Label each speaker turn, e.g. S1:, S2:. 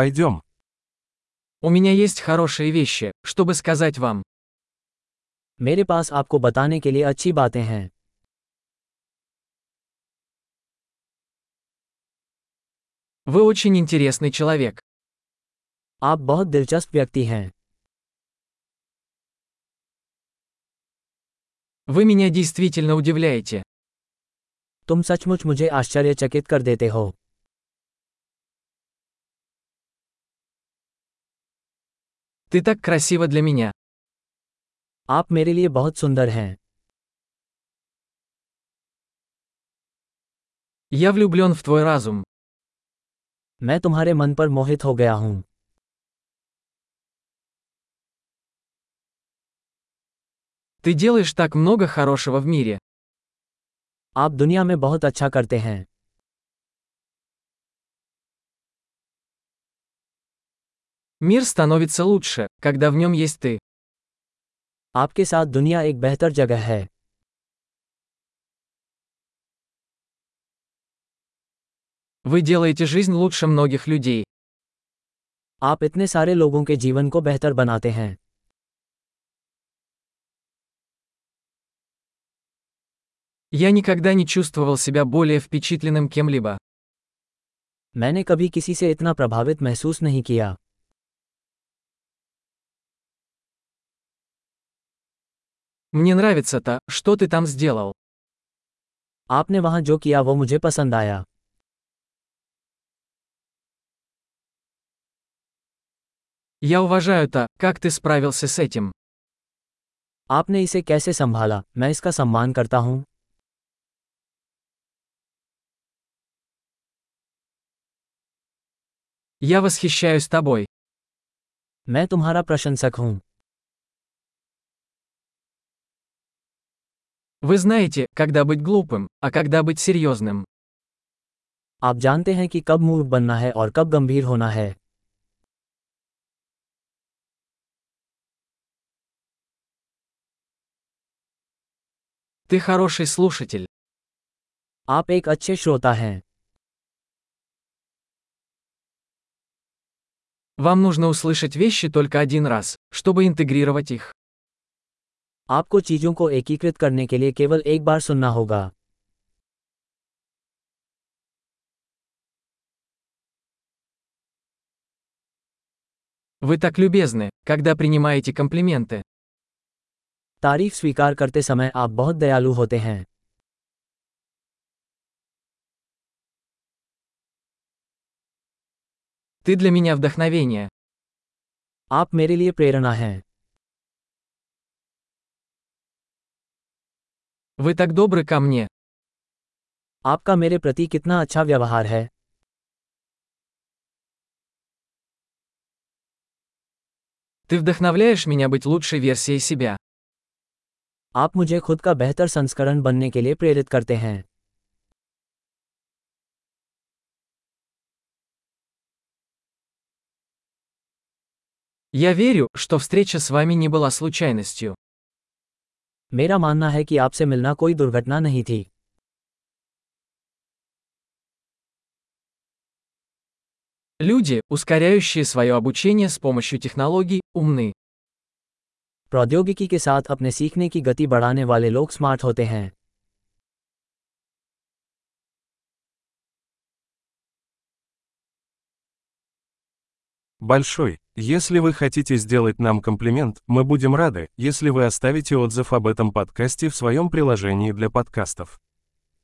S1: Пойдем.
S2: У меня есть хорошие вещи, чтобы сказать вам.
S3: मेरे पास आपको बताने के लिए अच्छी बातें हैं
S2: Вы очень интересный человек.
S3: आप बहुत दिलचस्प व्यक्ति हैं
S2: Вы меня действительно удивляете.
S3: तुम सचमुच मुझे आश्चर्यचकित कर देते हो
S2: Ты так красива для меня.
S3: आप मेरे लिए बहुत सुंदर हैं
S2: Я влюблен в твой разум.
S3: मैं तुम्हारे मन पर मोहित हो गया हूँ
S2: Ты делаешь так много хорошего в мире.
S3: आप दुनिया में बहुत अच्छा करते हैं
S2: Мир становится лучше, когда в нем есть ты.
S3: आपके साथ दुनिया एक बेहतर जगह है
S2: Вы делаете жизнь лучше многих людей.
S3: आप इतने सारे लोगों के जीवन को बेहतर बनाते हैं
S2: Я никогда не чувствовал себя более впечатленным кем-либо.
S3: मैंने कभी किसी से इतना प्रभावित महसूस नहीं किया
S2: Мне нравится то, что ты там сделал.
S3: आपने वहाँ जो किया वो मुझे पसंद आया
S2: Я уважаю то, как ты справился с этим.
S3: आपने इसे कैसे संभाला मैं इसका सम्मान करता हूँ
S2: Я восхищаюсь тобой.
S3: मैं तुम्हारा प्रशंसक हूँ
S2: Вы знаете, когда быть глупым, а когда быть серьезным.
S3: आप जानते हैं कि कब मूर्ख बनना है और कब गंभीर होना है
S2: Ты хороший слушатель.
S3: आप एक अच्छे श्रोता हैं
S2: Вам нужно услышать вещи только один раз, чтобы интегрировать их.
S3: आपको चीजों को एकीकृत करने के लिए केवल एक बार सुनना होगा
S2: Вы так любезны, когда принимаете комплименты.
S3: तारीफ स्वीकार करते समय आप बहुत दयालु होते हैं
S2: Ты для меня вдохновение.
S3: आप मेरे लिए प्रेरणा हैं
S2: Вы так добры ко мне.
S3: आपका मेरे प्रति कितना अच्छा व्यवहार है
S2: Ты вдохновляешь меня быть лучшей версией себя.
S3: आप मुझे खुद का बेहतर संस्करण बनने के लिए प्रेरित करते हैं
S2: Я верю, что встреча с вами не была случайностью.
S3: मेरा मानना है कि आपसे मिलना कोई दुर्घटना नहीं थी
S2: Люди, ускоряющие свое обучение с помощью технологий, умны.
S3: प्रौद्योगिकी के साथ अपने सीखने की गति बढ़ाने वाले लोग स्मार्ट होते हैं
S1: Большой. Если вы хотите сделать нам комплимент, мы будем рады, если вы оставите отзыв об этом подкасте в своем приложении для подкастов.